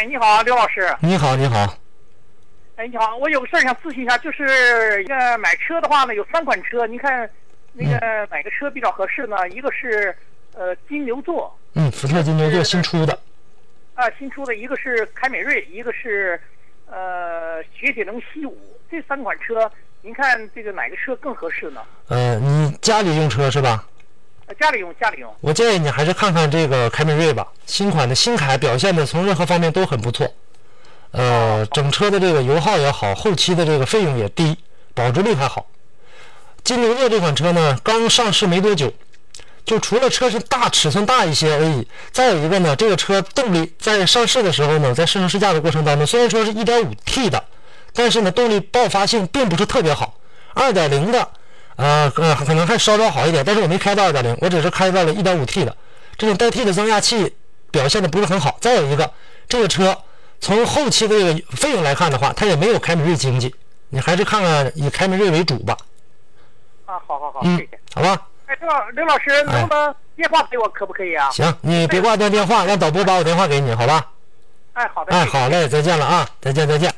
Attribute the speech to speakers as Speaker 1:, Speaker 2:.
Speaker 1: 哎，你好，刘老师。
Speaker 2: 你好，你好，
Speaker 1: 哎，你好，我有个事儿想咨询一下，就是一个买车的话呢，有三款车，您看那
Speaker 2: 嗯
Speaker 1: 个哪个车比较合适呢？一个是呃金牛座
Speaker 2: 嗯，福特金牛座新出的，
Speaker 1: 啊、新出的，一个是凯美瑞，一个是呃雪铁龙 C 五，这三款车，您看这个哪个车更合适呢？
Speaker 2: 呃，你家里用车是吧？
Speaker 1: 呃家里用，家里用。
Speaker 2: 我建议你还是看看这个凯美瑞吧，新款的新凯表现的从任何方面都很不错，呃，整车的这个油耗也好，后期的这个费用也低，保值率还好。金牛座这款车呢，刚上市没多久，就除了车身大尺寸大一些而已，再有一个呢，这个车动力在上市的时候呢，在试乘试驾的过程当中，虽然说是 1.5T 的，但是呢，动力爆发性并不是特别好，2.0的，呃呃，可能还稍稍好一点，但是我没开到2.0，我只是开到了 1.5T 的，这种代替的增压器表现的不是很好。再有一个，这个车从后期的这个费用来看的话，它也没有凯美瑞经济，你还是看看以凯美瑞为主吧，
Speaker 1: 啊，好好好，
Speaker 2: 嗯
Speaker 1: 谢谢。，
Speaker 2: 好吧。
Speaker 1: 哎，刘老刘老师，能不能电话给我，可不可以啊？
Speaker 2: 行，你别挂断电话，让导播把我电话给你，好吧？
Speaker 1: 哎，好的。
Speaker 2: 哎，
Speaker 1: 谢谢
Speaker 2: 好嘞，再见了啊，再见，再见。